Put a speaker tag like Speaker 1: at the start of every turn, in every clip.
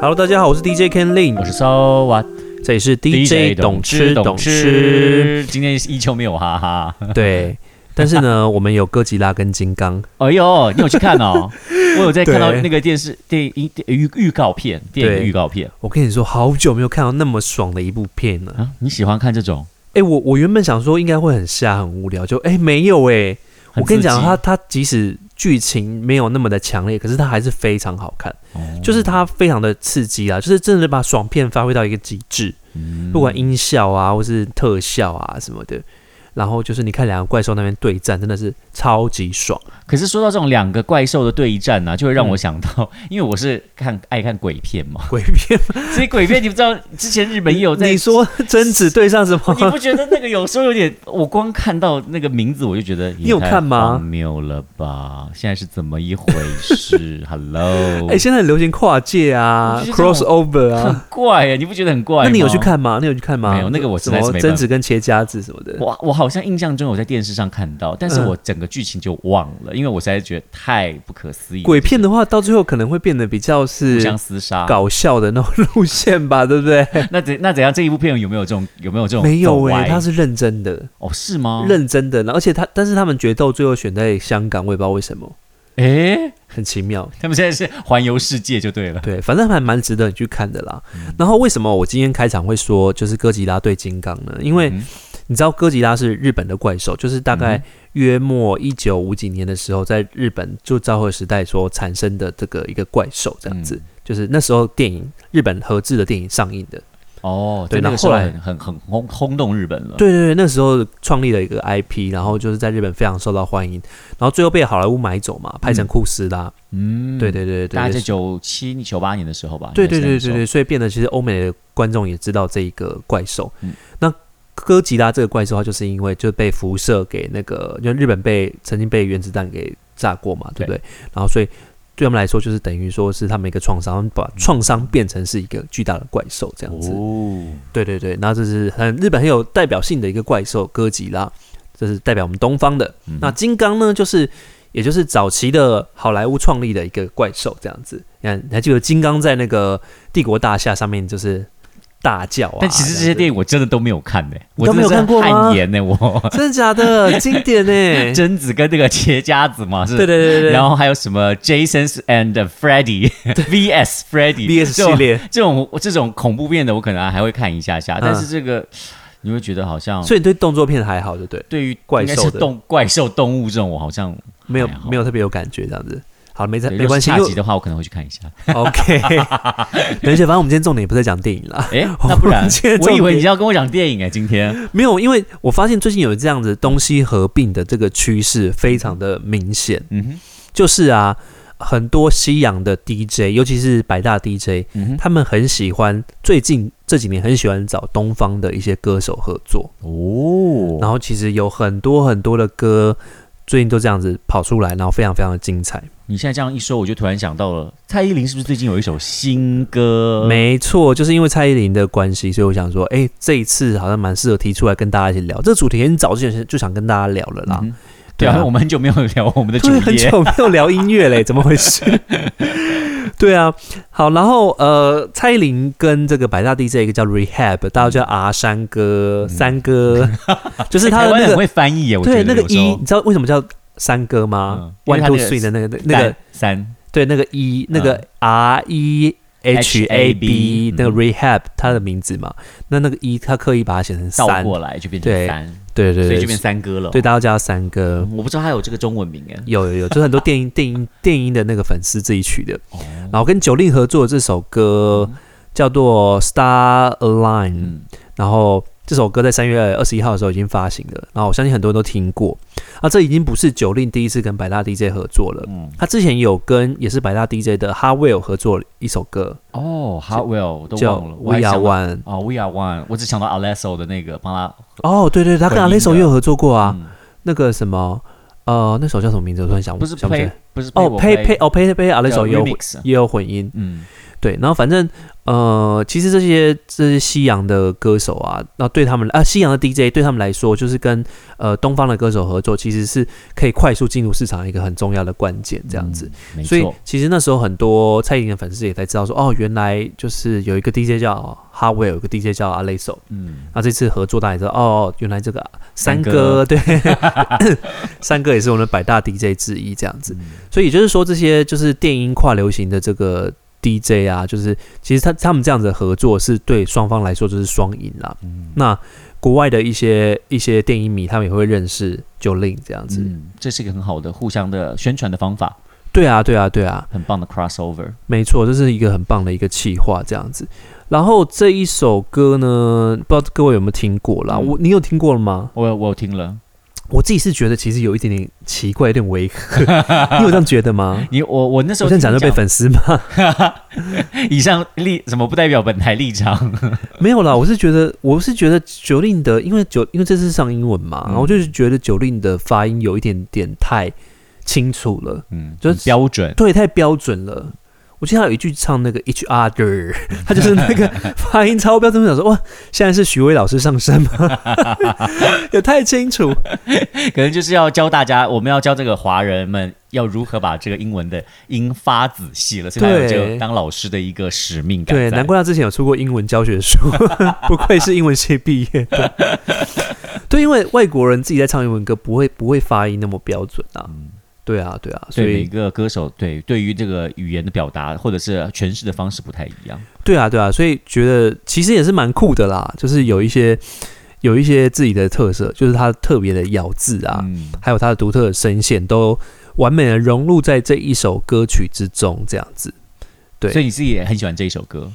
Speaker 1: Hello，大家好，我是 DJ Ken Lin，
Speaker 2: 我是 So What
Speaker 1: 这里是 DJ 懂吃懂吃。
Speaker 2: 吃，今天依旧没有哈哈。
Speaker 1: 对，但是呢，我们有哥吉拉跟金刚，
Speaker 2: 哎呦，你有去看 哦？我有在看到
Speaker 1: 对
Speaker 2: 那个电视电影电预预告片，电影
Speaker 1: 对
Speaker 2: 预告片
Speaker 1: 我跟你说，好久没有看到那么爽的一部片了。
Speaker 2: 啊，你喜欢看这种？
Speaker 1: 哎、我我原本想说应该会很瞎很无聊，就哎、没有哎、
Speaker 2: 很
Speaker 1: 我跟你讲，
Speaker 2: 刺激
Speaker 1: 它它即使剧情没有那么的强烈，可是它还是非常好看，
Speaker 2: 哦
Speaker 1: 就是它非常的刺激啊，就是真的把爽片发挥到一个极致。
Speaker 2: 嗯
Speaker 1: 不管音效啊，或是特效啊什么的。然后就是你看两个怪兽那边对战，真的是超级爽。
Speaker 2: 可是说到这种两个怪兽的对战啊呢、就会让我想到，因为我是看爱看鬼片嘛，
Speaker 1: 嗯鬼片，
Speaker 2: 所以鬼片你不知道之前日本也有在
Speaker 1: 你 说贞子对上什
Speaker 2: 你
Speaker 1: 么？
Speaker 2: 不觉得那个有时候有点？我光看到那个名字我就觉得你
Speaker 1: 有看吗
Speaker 2: 没有了吧？现在是怎么一回 事 ？Hello，
Speaker 1: 哎、现在很流行跨界啊
Speaker 2: 我觉得这种
Speaker 1: ，cross over
Speaker 2: 很
Speaker 1: 啊。
Speaker 2: 怪耶，你不觉得很怪
Speaker 1: 那
Speaker 2: 吗？
Speaker 1: 你有去？看吗？你有去看吗？
Speaker 2: 没有那个我实
Speaker 1: 什
Speaker 2: 在是
Speaker 1: 么
Speaker 2: 没办法
Speaker 1: 贞子跟茄家子什么的。
Speaker 2: 我我好像印象中有在电视上看到，但是
Speaker 1: 嗯
Speaker 2: 我整个剧情就忘了，因为我实在觉得太不可思议。
Speaker 1: 鬼片的话，到最后可能会变得比较
Speaker 2: 互
Speaker 1: 是
Speaker 2: 相厮杀，
Speaker 1: 搞笑的那种路线吧， 对不对？
Speaker 2: 那怎那怎样？这一部片有没有这种有没有这种
Speaker 1: 没有哎、
Speaker 2: 哎、
Speaker 1: 他是认真的，
Speaker 2: 哦是吗？
Speaker 1: 认真的。然后而且他，但是他们决斗最后选在香港，我也不知道为什 么，
Speaker 2: 哎、
Speaker 1: 很奇妙。
Speaker 2: 他们现在是环游世界就对了。
Speaker 1: 对，反正还蛮值得你去看的啦。
Speaker 2: 嗯
Speaker 1: 然后为什么我今天开场会说就是哥吉拉对金刚呢？因为
Speaker 2: 嗯
Speaker 1: 你知道哥吉拉是日本的怪兽，就是大概约莫一九五几年的时候，在日本就昭和时代所产生的这个一个怪兽，这样子。
Speaker 2: 嗯
Speaker 1: 就是那时候电影日本合制的电影上映的，
Speaker 2: 哦，
Speaker 1: 对
Speaker 2: 对，那
Speaker 1: 那
Speaker 2: 个时候
Speaker 1: 后来
Speaker 2: 很很很轰轰动日本了。
Speaker 1: 对对对，那时候创立了一个 IP，然后就是在日本非常受到欢迎，然后最后被好莱坞买走嘛，拍成库斯拉。
Speaker 2: 嗯，
Speaker 1: 对对对对对，
Speaker 2: 大概在九七九八年的时候吧。
Speaker 1: 对
Speaker 2: 应
Speaker 1: 对
Speaker 2: 该是那
Speaker 1: 对
Speaker 2: 个时
Speaker 1: 对
Speaker 2: 候
Speaker 1: 对，，所以变得其实欧美的观众也知道这一个怪兽。
Speaker 2: 嗯
Speaker 1: 那哥吉拉这个怪兽，它就是因为就被辐射给那个，就日本被曾经被原子弹给炸过嘛，对不对？然后所以对他们来说，就是等于说是他们一个创伤，他们把创伤变成是一个巨大的怪兽这样子。
Speaker 2: 哦，
Speaker 1: 对对对，那这是很日本很有代表性的一个怪兽哥吉拉，这是代表我们东方的。
Speaker 2: 嗯
Speaker 1: 那金刚呢，就是也就是早期的好莱坞创立的一个怪兽这样子。你看，你还记得金刚在那个帝国大厦上面就是大叫啊？
Speaker 2: 但其实这些电
Speaker 1: 影
Speaker 2: 影我真的都没有看呢、
Speaker 1: 你
Speaker 2: 我
Speaker 1: 都
Speaker 2: 真
Speaker 1: 没有
Speaker 2: 的是
Speaker 1: 看过吗
Speaker 2: 汗颜呢、 我
Speaker 1: 真的假 的？经典呢、
Speaker 2: 贞子跟那个茄家子嘛是。
Speaker 1: 对对对对对
Speaker 2: 然后还有什么 Jason's and Freddy VS Freddy
Speaker 1: ，VS
Speaker 2: 这
Speaker 1: 系
Speaker 2: 种
Speaker 1: 列。
Speaker 2: 这种这种恐怖片的，我可能还会看一下下，但
Speaker 1: 嗯
Speaker 2: 是这个你会觉得好像
Speaker 1: 所以你对动作片还好，对不对？
Speaker 2: 对于
Speaker 1: 怪
Speaker 2: 应该
Speaker 1: 兽
Speaker 2: 是
Speaker 1: 的
Speaker 2: 动怪兽动物这种，我好像
Speaker 1: 没有
Speaker 2: 还好
Speaker 1: 没有特别有感觉这样子。好，没在
Speaker 2: 对
Speaker 1: 没关系，
Speaker 2: 如
Speaker 1: 因
Speaker 2: 果是下集
Speaker 1: 为
Speaker 2: 的话，我可能会去看一下。
Speaker 1: OK。而且反正我们今天重点也不是在讲电影啦，
Speaker 2: 哎，那 不
Speaker 1: 我
Speaker 2: 然
Speaker 1: 们今天
Speaker 2: 我以
Speaker 1: 重
Speaker 2: 为
Speaker 1: 点
Speaker 2: 你要跟我讲电影哎，今天
Speaker 1: 没有，因为我发现最近有这样子东西合并的这个趋势非常的明显，
Speaker 2: 嗯哼
Speaker 1: 就是啊，很多西洋的 DJ，尤其是百大 DJ，
Speaker 2: 嗯哼，
Speaker 1: 他们很喜欢最近这几年很喜欢找东方的一些歌手合作，
Speaker 2: 哦，
Speaker 1: 然后其实有很多很多的歌最近都这样子跑出来，然后非常非常的精彩。
Speaker 2: 你现在这样一说，我就突然想到了，蔡依林是不是最近有一首新歌？
Speaker 1: 没错，就是因为蔡依林的关系，所以我想说，哎，这一次好像蛮适合提出来跟大家一起聊。这个主题很早之前就想跟大家聊了啦。
Speaker 2: 嗯哼对啊，我们很久没有聊我们的主
Speaker 1: 对，很
Speaker 2: 业，
Speaker 1: 久没有聊音乐嘞，怎么回 事？对啊，好，然后呃，蔡依林跟这个百大 DJ 一个叫 Rehab，大家
Speaker 2: 嗯
Speaker 1: 叫 R 山哥、三 哥，就是他
Speaker 2: 台
Speaker 1: 的
Speaker 2: 湾
Speaker 1: 那
Speaker 2: 人
Speaker 1: 个
Speaker 2: 会翻译耶，我觉
Speaker 1: 对
Speaker 2: 得
Speaker 1: 那个
Speaker 2: 有时
Speaker 1: 一，
Speaker 2: 候
Speaker 1: 你知道为什么叫三哥吗
Speaker 2: 嗯
Speaker 1: ？One
Speaker 2: 因为他
Speaker 1: Two
Speaker 2: 那个
Speaker 1: Three 的那个那个
Speaker 2: 蛋嗯三
Speaker 1: 对那个一那个 R E H A B
Speaker 2: HAB
Speaker 1: 那个
Speaker 2: 嗯
Speaker 1: Rehab 他的名字嘛，那那个一他刻意把它写成
Speaker 2: 倒
Speaker 1: 三，
Speaker 2: 过来就变
Speaker 1: 对
Speaker 2: 成三，
Speaker 1: 对对
Speaker 2: 所以
Speaker 1: 对
Speaker 2: 就变三哥了。
Speaker 1: 对，大家叫他三哥。
Speaker 2: 嗯，我不知道他有这个中文名哎。
Speaker 1: 有有有，就是很多电音、电音、电音的那个粉丝自己取的。
Speaker 2: 哦，
Speaker 1: 然后跟九令合作的这首歌叫做《Star Align》，
Speaker 2: 嗯，
Speaker 1: 然后这首歌在三月二十一号的时候已经发行了，然后我相信很多人都听过。啊，这已经不是九令第一次跟百大 DJ 合作了，
Speaker 2: 嗯
Speaker 1: 他之前有跟也是百大 DJ 的 Hardwell 合作一首歌，
Speaker 2: 哦，Hardwell 我都
Speaker 1: 叫
Speaker 2: 忘
Speaker 1: 《
Speaker 2: 了，
Speaker 1: We
Speaker 2: 我还
Speaker 1: Are
Speaker 2: 想到
Speaker 1: One》。
Speaker 2: 哦，We Are One，我只想到 Alesso 的那个帮他
Speaker 1: 哦，对对，对他跟
Speaker 2: 混音
Speaker 1: Alesso 也有合作过啊，
Speaker 2: 嗯
Speaker 1: 那个什么，呃，那首叫什么名字？我突然想
Speaker 2: 不是
Speaker 1: 想不起
Speaker 2: play
Speaker 1: 来。
Speaker 2: 不是
Speaker 1: 哦，呸呸，
Speaker 2: Play，
Speaker 1: 哦呸呸，Alesso 也有混
Speaker 2: remix 啊
Speaker 1: 也有混音。
Speaker 2: 嗯，
Speaker 1: 对，然后反正呃，其实这些这些西洋的歌手啊，那对他们啊，西洋的 DJ 对他们来说，就是跟呃东方的歌手合作，其实是可以快速进入市场一个很重要的关键，这样子。
Speaker 2: 嗯没
Speaker 1: 所以
Speaker 2: 错，
Speaker 1: 其实那时候很多蔡依林的粉丝也才知道说，哦，原来就是有一个 DJ 叫哈维尔，有一个 DJ 叫阿雷手，
Speaker 2: 嗯，
Speaker 1: 那这次合作，大家也知道哦，原来这个三
Speaker 2: 三
Speaker 1: 哥
Speaker 2: 哥
Speaker 1: 对， 三哥也是我们的百大 DJ 之一，这样子。
Speaker 2: 嗯
Speaker 1: 所以也就是说，这些就是电音跨流行的这个 DJ 啊，就是其实他他们这样子的合作是对双方来说就是双赢啦。
Speaker 2: 嗯
Speaker 1: 那国外的一些一些电音迷，他们也会认识 Jolin 这样子。
Speaker 2: 嗯，这是一个很好的互相的宣传的方法，
Speaker 1: 对啊，对啊，对啊。
Speaker 2: 很棒的 crossover。
Speaker 1: 没错，这是一个很棒的一个企划，这样子。然后这一首歌呢，不知道各位有没有听过啦？
Speaker 2: 嗯
Speaker 1: 我你有听过了吗？
Speaker 2: 我有我有听了，
Speaker 1: 我自己是觉得其实有一点点奇怪，有点违和。 你有这样觉得 吗？
Speaker 2: 你我我那时
Speaker 1: 我
Speaker 2: 候
Speaker 1: 这样讲就
Speaker 2: 听
Speaker 1: 被
Speaker 2: 你
Speaker 1: 粉丝骂？
Speaker 2: 以上立什么不代表本台立 场，
Speaker 1: 没有啦，我是觉得我是觉得九令的，因为九因为这次上英文嘛，
Speaker 2: 嗯
Speaker 1: 然后就是觉得九令的发音有一点点太清楚了，
Speaker 2: 嗯，
Speaker 1: 就
Speaker 2: 就是是标准，
Speaker 1: 对，太标准了。我记得他有一句唱那个 each other，他 就是那 个发音超标准，我想说哇，现在是徐威老师上身吗？ 也太清楚，
Speaker 2: 可能就是要教大家，我们要教这个华人们要如何把这个英文的音发仔细了，所以他有这
Speaker 1: 对
Speaker 2: 个当老师的一个使命感在。
Speaker 1: 对，难怪他之前有出过英文教学 书，不愧是英文系毕业的。对，因为外国人自己在唱英文歌，不会不会发音那么标准啊。对啊，对啊，所
Speaker 2: 嗯对每
Speaker 1: 以
Speaker 2: 个歌手对对于这个语言的表达或者是诠释的方式不太一样。
Speaker 1: 对啊，对啊，所以觉得其实也是蛮酷的啦，就是有一些有一些自己的特色，就是他特别的咬字啊，
Speaker 2: 嗯，
Speaker 1: 还有他的独特的声线，都完美的融入在这一首歌曲之中，这样子。对
Speaker 2: 所以你自己也很喜欢这一首歌。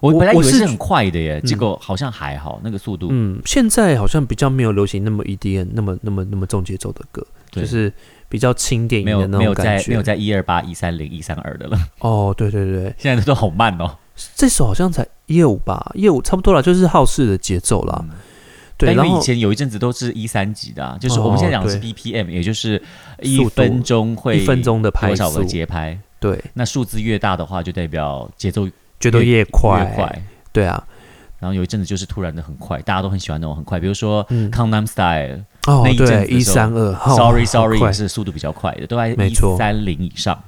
Speaker 2: 我
Speaker 1: 我
Speaker 2: 本来以
Speaker 1: 我
Speaker 2: 为
Speaker 1: 是
Speaker 2: 是很快的耶，
Speaker 1: 嗯
Speaker 2: 结果好像还好，那个速度。
Speaker 1: 嗯，现在好像比较没有流行那么 EDM 那么那么那么重节奏的歌，
Speaker 2: 对
Speaker 1: 就是比较轻电影
Speaker 2: 没有
Speaker 1: 的那
Speaker 2: 没有
Speaker 1: 种感
Speaker 2: 在没
Speaker 1: 觉
Speaker 2: 有。在一二八一三零一三二的了，
Speaker 1: 哦，对对对，
Speaker 2: 现在都好慢哦。
Speaker 1: 这首好像才一二五吧，一二五差不多啦，就是好事的节奏啦。
Speaker 2: 嗯
Speaker 1: 啊对，
Speaker 2: 但因
Speaker 1: 然
Speaker 2: 为以
Speaker 1: 后
Speaker 2: 前有一阵子都是一三级的、啊，就是我们现在讲的是
Speaker 1: 哦
Speaker 2: BPM，、也就是
Speaker 1: 速
Speaker 2: 一
Speaker 1: 度
Speaker 2: 分钟会
Speaker 1: 一分钟的拍
Speaker 2: 多少
Speaker 1: 速
Speaker 2: 个，节拍？
Speaker 1: 对，
Speaker 2: 那数字越大的话，就代表节奏越
Speaker 1: 觉得越快，
Speaker 2: 越快。
Speaker 1: 对啊，
Speaker 2: 然后有一阵子就是突然的很快，大家都很喜欢那种很快，比如说
Speaker 1: 嗯
Speaker 2: 《Gangnam Style、
Speaker 1: 哦
Speaker 2: 那，一阵子
Speaker 1: 对，
Speaker 2: 的
Speaker 1: 一
Speaker 2: 时候
Speaker 1: 三二哦
Speaker 2: Sorry Sorry
Speaker 1: 快
Speaker 2: 是速度比较快的，都在
Speaker 1: 没
Speaker 2: 一
Speaker 1: 错
Speaker 2: 三零以上。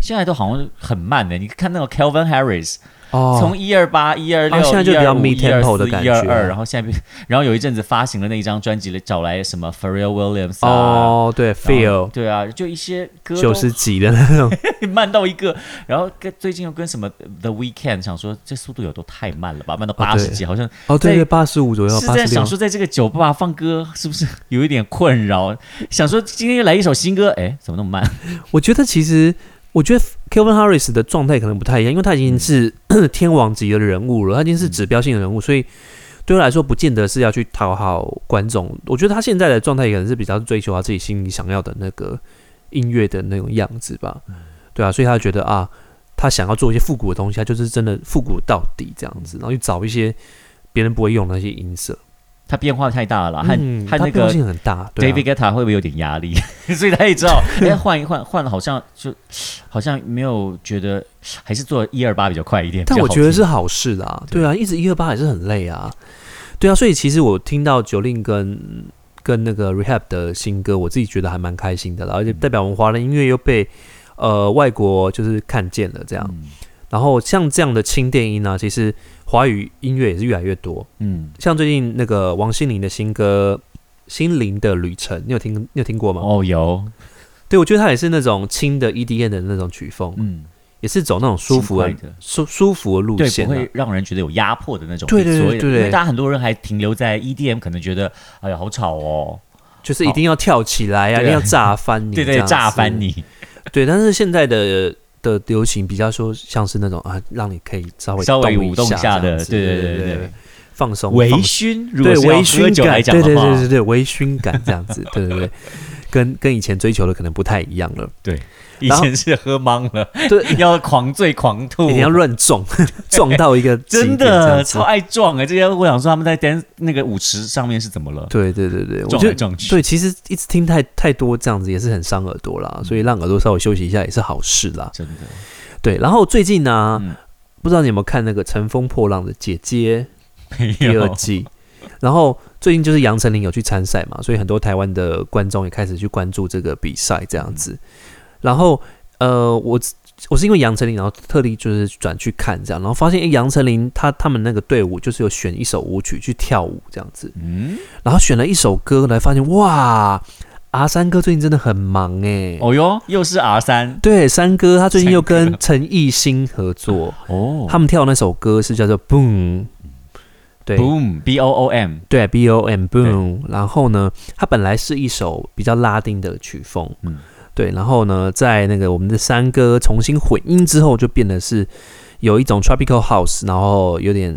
Speaker 2: 现在都好像很慢的，你看那个 Kelvin Harris，、
Speaker 1: 哦，
Speaker 2: 从一二八、一二
Speaker 1: 啊
Speaker 2: 六、
Speaker 1: 现在就比较 mid tempo 的感觉
Speaker 2: 一二二，然后现在变， 然后有一阵子发行了那一张专辑了，找来什么 Pharrell Williams 啊，
Speaker 1: 哦，对
Speaker 2: 然后
Speaker 1: ，feel
Speaker 2: 对啊，就一些歌都
Speaker 1: 九十几的那种，
Speaker 2: 慢到一个，然后跟最近又跟什么 The Weekend 想说这速度有都太慢了吧，慢到八十
Speaker 1: 对
Speaker 2: 几，好像
Speaker 1: 哦，对
Speaker 2: 在
Speaker 1: 对，八十五左右，
Speaker 2: 是
Speaker 1: 八
Speaker 2: 在
Speaker 1: 十六
Speaker 2: 想，说在这个酒吧放歌是不是有一点困扰？想说今天又来一首新歌，哎，怎么那么慢？
Speaker 1: 我觉得其实，我觉得 Kevin Harris 的状态可能不太一样，因为他已经是、 天王级的人物了，他已经
Speaker 2: 嗯
Speaker 1: 是指标性的人物，所以对他来说，不见得是要去讨好观众。我觉得他现在的状态可能是比较追求他自己心里想要的那个音乐的那种样子吧，
Speaker 2: 嗯
Speaker 1: 对啊，所以他觉得啊，他想要做一些复古的东西，他就是真的复古到底这样子，然后去找一些别人不会用的那些音色，
Speaker 2: 他变化太大啊了，和
Speaker 1: 嗯，
Speaker 2: 和
Speaker 1: 他
Speaker 2: 那
Speaker 1: 变化
Speaker 2: 个
Speaker 1: 性很大，对、啊
Speaker 2: David Guetta 会不会有点压力？ 所以他也 知道，哎，换一换，换了好像就好像没有觉得，还是做一二八比较快一点。
Speaker 1: 但
Speaker 2: 比较
Speaker 1: 我
Speaker 2: 好
Speaker 1: 觉得
Speaker 2: 听
Speaker 1: 是好事啦，对啊，一直一二八也是很累啊，对啊，所以其实我听到九令跟跟那个 Rehab 的新歌，我自己觉得还蛮开心的
Speaker 2: 嗯
Speaker 1: 啦，而且代表我们华人音乐又被呃外国就是看见了这样，
Speaker 2: 嗯
Speaker 1: 然后像这样的轻电音呢、啊其实华语音乐也是越来越多，
Speaker 2: 嗯，
Speaker 1: 像最近那个王心凌的新歌。心灵的旅程，你有听你有听过吗？
Speaker 2: 哦有，
Speaker 1: 对，我觉得它也是那种轻的 EDM 的那种曲风，
Speaker 2: 嗯，
Speaker 1: 也是走那种舒服的
Speaker 2: 轻快的
Speaker 1: 舒舒服的路
Speaker 2: 对，
Speaker 1: 线、
Speaker 2: 不
Speaker 1: 啊，
Speaker 2: 会让人觉得有压迫的那种。
Speaker 1: 对对对
Speaker 2: 所谓的
Speaker 1: 对对
Speaker 2: 因为大家很多人还停留在 EDM，可能觉得哎呀好吵哦，
Speaker 1: 就是一定要跳起来啊，
Speaker 2: 好
Speaker 1: 一定要炸翻你，
Speaker 2: 哦 对
Speaker 1: 这
Speaker 2: 对，
Speaker 1: 样子
Speaker 2: 炸翻，你，
Speaker 1: 对。但是现在的的流行比较说像是那种啊，让你可以稍微
Speaker 2: 稍微
Speaker 1: 动
Speaker 2: 舞动一下的
Speaker 1: 这样子
Speaker 2: 对
Speaker 1: 对
Speaker 2: 对对
Speaker 1: 对
Speaker 2: 对，
Speaker 1: 放松
Speaker 2: 微
Speaker 1: 放
Speaker 2: 醺，如
Speaker 1: 对
Speaker 2: 果是要
Speaker 1: 微
Speaker 2: 喝
Speaker 1: 醺
Speaker 2: 酒
Speaker 1: 感，
Speaker 2: 来讲
Speaker 1: 对
Speaker 2: 的
Speaker 1: 对对
Speaker 2: 话
Speaker 1: 对，对，微醺感这样子， 对对对，跟跟以前追求的可能不太一样了，
Speaker 2: 以前是喝懵了，
Speaker 1: 对。
Speaker 2: 要狂醉狂吐
Speaker 1: 一，哎定要乱撞， 撞到一个极
Speaker 2: 真
Speaker 1: 点这
Speaker 2: 的
Speaker 1: 样子
Speaker 2: 超爱撞哎！这些我想说他们在 dance 那个舞池上面是怎么了？
Speaker 1: 对对对对，我
Speaker 2: 撞
Speaker 1: 觉
Speaker 2: 来
Speaker 1: 得
Speaker 2: 撞去，
Speaker 1: 对，其实一直听太太多这样子也是很伤耳朵啦，所以让耳朵稍微休息一下也是好事啦。
Speaker 2: 真的
Speaker 1: 对，然后最近呢、
Speaker 2: 嗯
Speaker 1: 不知道你有没有看那个《乘风破浪的姐姐》
Speaker 2: 没
Speaker 1: 第二
Speaker 2: 有，
Speaker 1: 季，然后最近就是杨丞琳有去参赛嘛，所以很多台湾的观众也开始去关注这个比赛这样子。
Speaker 2: 嗯
Speaker 1: 然后呃，我我是因为杨丞琳，然后特地就是转去看这样，然后发现诶杨丞琳她他们那个队伍就是有选一首舞曲去跳舞这样子，
Speaker 2: 嗯，
Speaker 1: 然后选了一首歌来，发现哇，阿三哥最近真的很忙哎、
Speaker 2: 哦哟，又是 R 三
Speaker 1: 对，三哥他最近又
Speaker 2: 三
Speaker 1: 跟
Speaker 2: 哥
Speaker 1: 陈奕迅合作，
Speaker 2: 哦
Speaker 1: 他们跳那首歌是叫做《Boom》，对
Speaker 2: Boom B O O M，
Speaker 1: 对，B O M Boom。然后呢，它本来是一首比较拉丁的曲风，
Speaker 2: 嗯
Speaker 1: 对。然后呢，在那个我们的三哥重新混音之后，就变得是有一种 tropical house，然后有点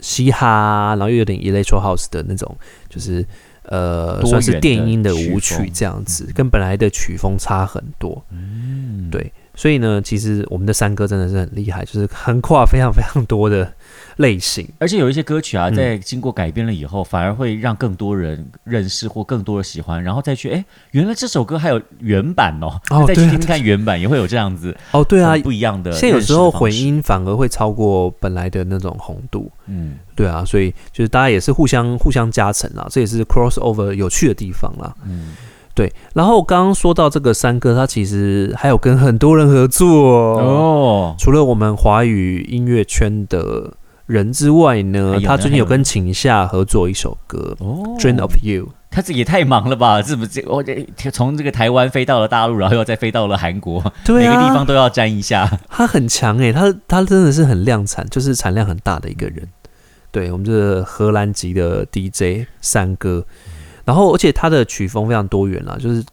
Speaker 1: 嘻哈，然后又有点 electro house 的那种，就是呃，
Speaker 2: 多
Speaker 1: 算是
Speaker 2: 元
Speaker 1: 电
Speaker 2: 的
Speaker 1: 音的
Speaker 2: 曲
Speaker 1: 舞曲
Speaker 2: 风
Speaker 1: 这样子，跟本来的曲风差很多。
Speaker 2: 嗯，
Speaker 1: 对所以呢，其实我们的三哥真的是很厉害，就是横跨非常非常多的类型。
Speaker 2: 而且有一些歌曲啊，
Speaker 1: 嗯
Speaker 2: 在经过改编了以后，反而会让更多人认识或更多的喜欢，然后再去哎，原来这首歌还有原版哦，
Speaker 1: 哦
Speaker 2: 就再去
Speaker 1: 对啊
Speaker 2: 听听看原版，也会有这样子
Speaker 1: 哦，对啊
Speaker 2: 很，不一样的。
Speaker 1: 现在有时候混，音反而会超过本来的那种红度，
Speaker 2: 嗯，
Speaker 1: 对啊，所以就是大家也是互相互相加成啦，这也是 crossover 有趣的地方啦。嗯，对。然后刚刚说到这个三哥，他其实还有跟很多人合作哦，
Speaker 2: 哦，
Speaker 1: 除了我们华语音乐圈的人之外呢
Speaker 2: 还有，呢
Speaker 1: 他最近有
Speaker 2: 还有
Speaker 1: 跟秦夏合作一首歌
Speaker 2: 哦
Speaker 1: 《Dream of You》。
Speaker 2: 他自己也太忙了吧？这不这我这从这个台湾飞到了大陆，然后又再飞到了韩国，
Speaker 1: 对
Speaker 2: 每个
Speaker 1: 啊，
Speaker 2: 地方都要沾一下。
Speaker 1: 他很强诶、他他真的是很量产，就是产量很大的一个人。对我们这个荷兰籍的 DJ 三哥，然后而且他的曲风非常多元啦，啊就是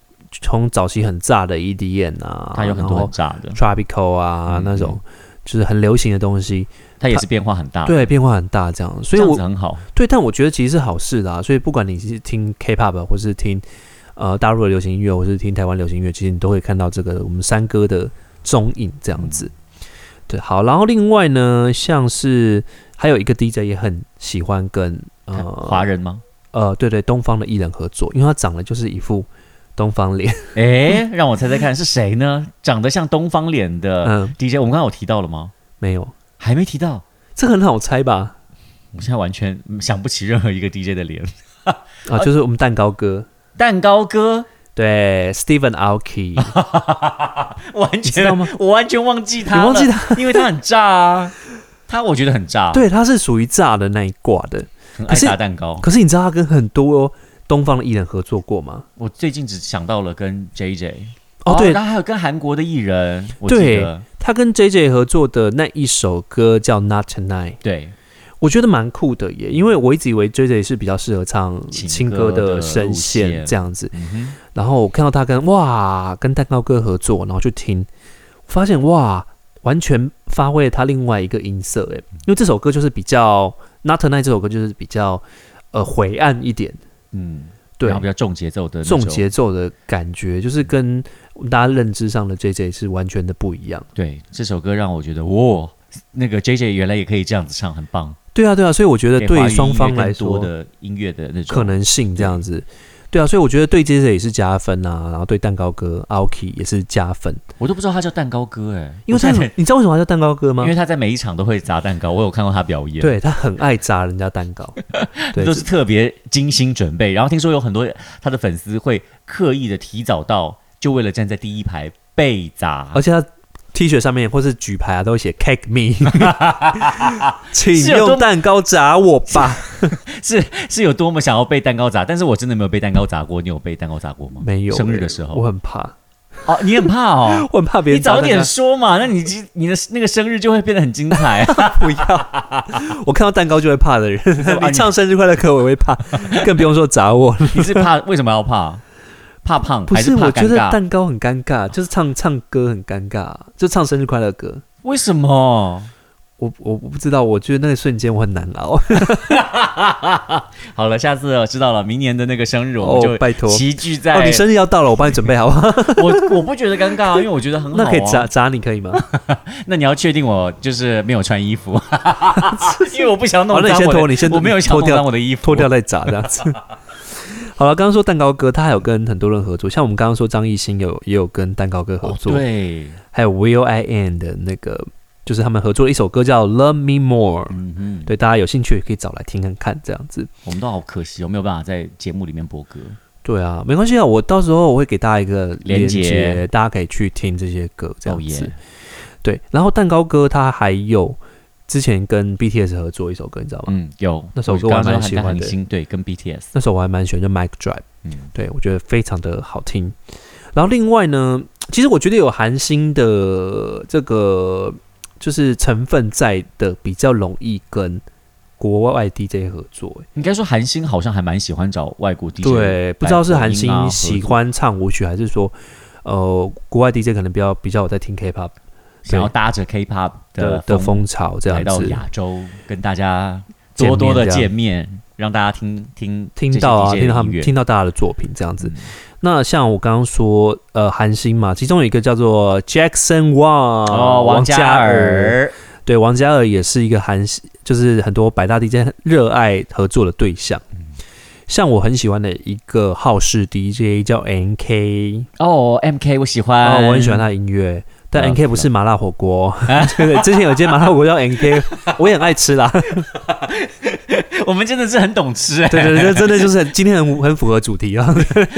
Speaker 1: 从早期很炸的 EDM 啊，
Speaker 2: 他有很
Speaker 1: 然
Speaker 2: 多
Speaker 1: 后
Speaker 2: 很炸的，
Speaker 1: Tropical 啊、
Speaker 2: 嗯啊
Speaker 1: 那种，就是很流行的东西，
Speaker 2: 他也是变化很大，，
Speaker 1: 对，变化很大这样。所
Speaker 2: 这
Speaker 1: 以
Speaker 2: 样
Speaker 1: 我
Speaker 2: 子很好。
Speaker 1: 对，但我觉得其实是好事啦。所以不管你是听 K-pop 或是听呃大陆的流行音乐，或是听台湾流行音乐，其实你都会看到这个我们三哥的踪影这样子。
Speaker 2: 嗯
Speaker 1: 对，好，然后另外呢，像是还有一个 DJ 也很喜欢跟
Speaker 2: 看
Speaker 1: 呃
Speaker 2: 华人吗？
Speaker 1: 呃对对东方的艺人合作，因为他长得就是一副东方脸，
Speaker 2: 哎，
Speaker 1: 嗯
Speaker 2: 让我猜猜看是谁呢？长得像东方脸的
Speaker 1: 嗯，
Speaker 2: DJ，我们刚刚有提到了吗？
Speaker 1: 没有，
Speaker 2: 还没提到，
Speaker 1: 这很好猜吧？
Speaker 2: 我现在完全嗯想不起任何一个 DJ 的脸。
Speaker 1: 啊，
Speaker 2: 呃
Speaker 1: 就是我们蛋糕哥。
Speaker 2: 蛋糕哥
Speaker 1: 对，Steven Aoki，
Speaker 2: 啊完
Speaker 1: 知道
Speaker 2: 全
Speaker 1: 吗，
Speaker 2: 我完全忘记他，
Speaker 1: 你忘记
Speaker 2: 他，因为他很炸啊，他我觉得很炸，，
Speaker 1: 对，他是属于炸的那一挂的。
Speaker 2: 很爱炸蛋糕。
Speaker 1: 可是你知道他跟很多东方的艺人合作过吗？
Speaker 2: 我最近只想到了跟 JJ，
Speaker 1: 哦，对，
Speaker 2: 然后还有跟韩国的艺人，我记
Speaker 1: 对
Speaker 2: 得，
Speaker 1: 他跟 J J 合作的那一首歌叫《Not Tonight》，
Speaker 2: 对，
Speaker 1: 我觉得蛮酷的耶，因为我一直以为 J J 是比较适合唱
Speaker 2: 情
Speaker 1: 情
Speaker 2: 歌
Speaker 1: 歌
Speaker 2: 的
Speaker 1: 的声
Speaker 2: 路
Speaker 1: 线
Speaker 2: 线
Speaker 1: 这样子，
Speaker 2: 嗯哼，
Speaker 1: 然后我看到他跟哇跟蛋糕哥合作，然后去听，发现哇完全发挥了他另外一个音色哎，因为这首歌就是比较《Not Tonight》这首歌就是比较呃回暗一点，
Speaker 2: 嗯，
Speaker 1: 对
Speaker 2: 然后，比较重节奏的那
Speaker 1: 重
Speaker 2: 种，
Speaker 1: 节奏的感觉，就是跟大家认知上的 J J 是完全的不一样。
Speaker 2: 对，这首歌让我觉得哇，那个 JJ 原来也可以这样子唱，很棒，
Speaker 1: 对啊，对啊，所以我觉得
Speaker 2: 给华
Speaker 1: 对
Speaker 2: 语
Speaker 1: 双
Speaker 2: 音乐
Speaker 1: 方
Speaker 2: 更
Speaker 1: 来
Speaker 2: 多
Speaker 1: 说
Speaker 2: 的音乐的那种
Speaker 1: 可能性这样子。对啊，所以我觉得对 J J 也是加分啊，然后对蛋糕哥 Aoki 也是加分，
Speaker 2: 我都不知道他叫蛋糕哥哎、
Speaker 1: 因为他
Speaker 2: 我现在
Speaker 1: 你知道为什么他叫蛋糕哥吗
Speaker 2: 因为？他在每一场都会砸蛋糕，我有看过他表演，，
Speaker 1: 对他很爱砸人家蛋 糕，对
Speaker 2: 都是特别精心准备。然后听说有很多他的粉丝会刻意的提早到，就为了站在第一排被砸
Speaker 1: 而。且他 T 恤上面或是举牌啊都会写 Cake Me，请
Speaker 2: 是有多
Speaker 1: 用蛋糕砸我吧。
Speaker 2: 是是有多么想要被蛋糕砸，但是我真的没有被蛋糕砸过。你有被蛋糕砸过吗？
Speaker 1: 没有
Speaker 2: 生日
Speaker 1: 欸
Speaker 2: 的时候
Speaker 1: 我很怕，。
Speaker 2: 哦，你很怕哦
Speaker 1: 我很怕别
Speaker 2: 你
Speaker 1: 人砸
Speaker 2: 早
Speaker 1: 蛋糕
Speaker 2: 点说嘛，那你今你的那个生日就会变得很精 彩、啊。
Speaker 1: 不要，我看到蛋糕就会怕的 人，你唱生日快乐歌我会怕，更不用说砸我了。
Speaker 2: 你是怕为什么要怕？怕胖
Speaker 1: 不
Speaker 2: 还
Speaker 1: 是，
Speaker 2: 怕
Speaker 1: 我觉
Speaker 2: 尴
Speaker 1: 得
Speaker 2: 尬？
Speaker 1: 蛋糕很尴尬，就是唱唱歌很尴尬，就唱生日快乐歌。
Speaker 2: 为什么？
Speaker 1: 我我我不知道，我觉得那个瞬间我很难熬。
Speaker 2: 好了，下次哦我知道了，明年的那个生日我 们
Speaker 1: 哦，
Speaker 2: 就
Speaker 1: 拜托，
Speaker 2: 齐聚在。
Speaker 1: 哦，你生日要到了，我帮你准备好不 好？
Speaker 2: 我我不觉得 尴尬啊，因为我觉得很好、啊。
Speaker 1: 那可以砸砸你可以吗？
Speaker 2: 那你要确定我就是没有穿衣 服， 因为我不想弄
Speaker 1: 好那你
Speaker 2: 脏我
Speaker 1: 先
Speaker 2: 的
Speaker 1: 脱你先
Speaker 2: 我没有想
Speaker 1: 脱
Speaker 2: 弄
Speaker 1: 掉
Speaker 2: 脏我的衣服，
Speaker 1: 脱掉再砸这样 子。好了，刚刚说蛋糕哥，他还有跟很多人合作，像我们刚刚说张艺兴有也有跟蛋糕哥合
Speaker 2: 哦
Speaker 1: 作，
Speaker 2: 对，
Speaker 1: 还有 Will I Am 的那个就是他们合作了一首歌叫《Love Me More》，
Speaker 2: 嗯哼，
Speaker 1: 对，大家有兴趣也可以找来听看看，这样子。
Speaker 2: 我们都好可惜哦，我没有办法在节目里面播歌。
Speaker 1: 对啊，没关系啊，我到时候我会给大家一个
Speaker 2: 连
Speaker 1: 结，
Speaker 2: 结
Speaker 1: 大家可以去听这些歌，这
Speaker 2: 哦
Speaker 1: 样子。
Speaker 2: 耶，
Speaker 1: 对，然后蛋糕哥他还有之前跟 BTS 合作一首歌，你知道吗？
Speaker 2: 嗯，有
Speaker 1: 那首歌
Speaker 2: 我
Speaker 1: 我还
Speaker 2: 刚刚
Speaker 1: 蛮
Speaker 2: 说
Speaker 1: 喜
Speaker 2: 很
Speaker 1: 欢
Speaker 2: 很
Speaker 1: 的
Speaker 2: 新，对，跟 BTS，
Speaker 1: 那首我还蛮喜欢，叫《Mike Drive》。
Speaker 2: 嗯，
Speaker 1: 对，我觉得非常的好听。然后另外呢，其实我觉得有韩星的这个就是成分在的，比较容易跟国外 DJ 合作、欸
Speaker 2: 应该说韩星好像还蛮喜欢找外国 DJ，
Speaker 1: 对，不知道是韩
Speaker 2: 百货音啊
Speaker 1: 星喜欢唱舞曲，还是说呃国外 DJ 可能比较比较有在听 K-pop
Speaker 2: 想要搭着 K-pop
Speaker 1: 的的
Speaker 2: 的
Speaker 1: 风潮这
Speaker 2: 来
Speaker 1: 样
Speaker 2: 到
Speaker 1: 子。
Speaker 2: 亚洲，跟大家多多的见面，让大家听听
Speaker 1: 听到啊，
Speaker 2: 这些
Speaker 1: 听
Speaker 2: DJ
Speaker 1: 到他
Speaker 2: 的音
Speaker 1: 们
Speaker 2: 乐
Speaker 1: 听到大家的作品这样子。
Speaker 2: 嗯
Speaker 1: 那像我刚刚说，呃，韩星嘛，其中有一个叫做 Jackson Wang，
Speaker 2: 哦，王嘉尔，
Speaker 1: 对，王嘉尔也是一个韩系，就是很多百大 DJ 热爱合作的对象。
Speaker 2: 嗯
Speaker 1: 像我很喜欢的一个好事 DJ 叫 NK，
Speaker 2: 哦，MK 我喜
Speaker 1: 啊、
Speaker 2: 欢，
Speaker 1: 我很喜欢他的音乐。但
Speaker 2: 嗯
Speaker 1: NK 不是麻辣火锅，对对，之前有一间麻辣火锅叫 NK，我也很爱吃 啦。
Speaker 2: 我们真的是很懂吃，哎
Speaker 1: 对对对，真的就是很今天很很符合主题啊，